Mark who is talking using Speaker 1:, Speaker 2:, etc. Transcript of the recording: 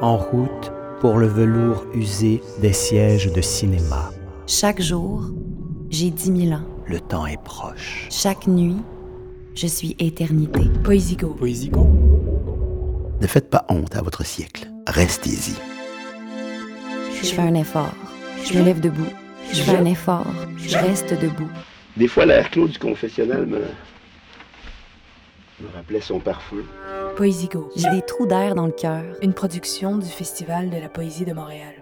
Speaker 1: en route pour le velours usé des sièges de cinéma.
Speaker 2: Chaque jour, j'ai dix mille ans.
Speaker 1: Le temps est proche.
Speaker 2: Chaque nuit, je suis éternité.
Speaker 3: Poésigo.
Speaker 4: Poésigo.
Speaker 5: Ne faites pas honte à votre siècle. Restez-y.
Speaker 2: Je fais un effort. Je me lève debout. Je fais un effort. Je reste debout.
Speaker 6: Des fois, l'air clos du confessionnal me... me rappelait son pare-feu.
Speaker 3: Poésigo.
Speaker 2: J'ai des trous d'air dans le cœur.
Speaker 3: Une production du Festival de la Poésie de Montréal.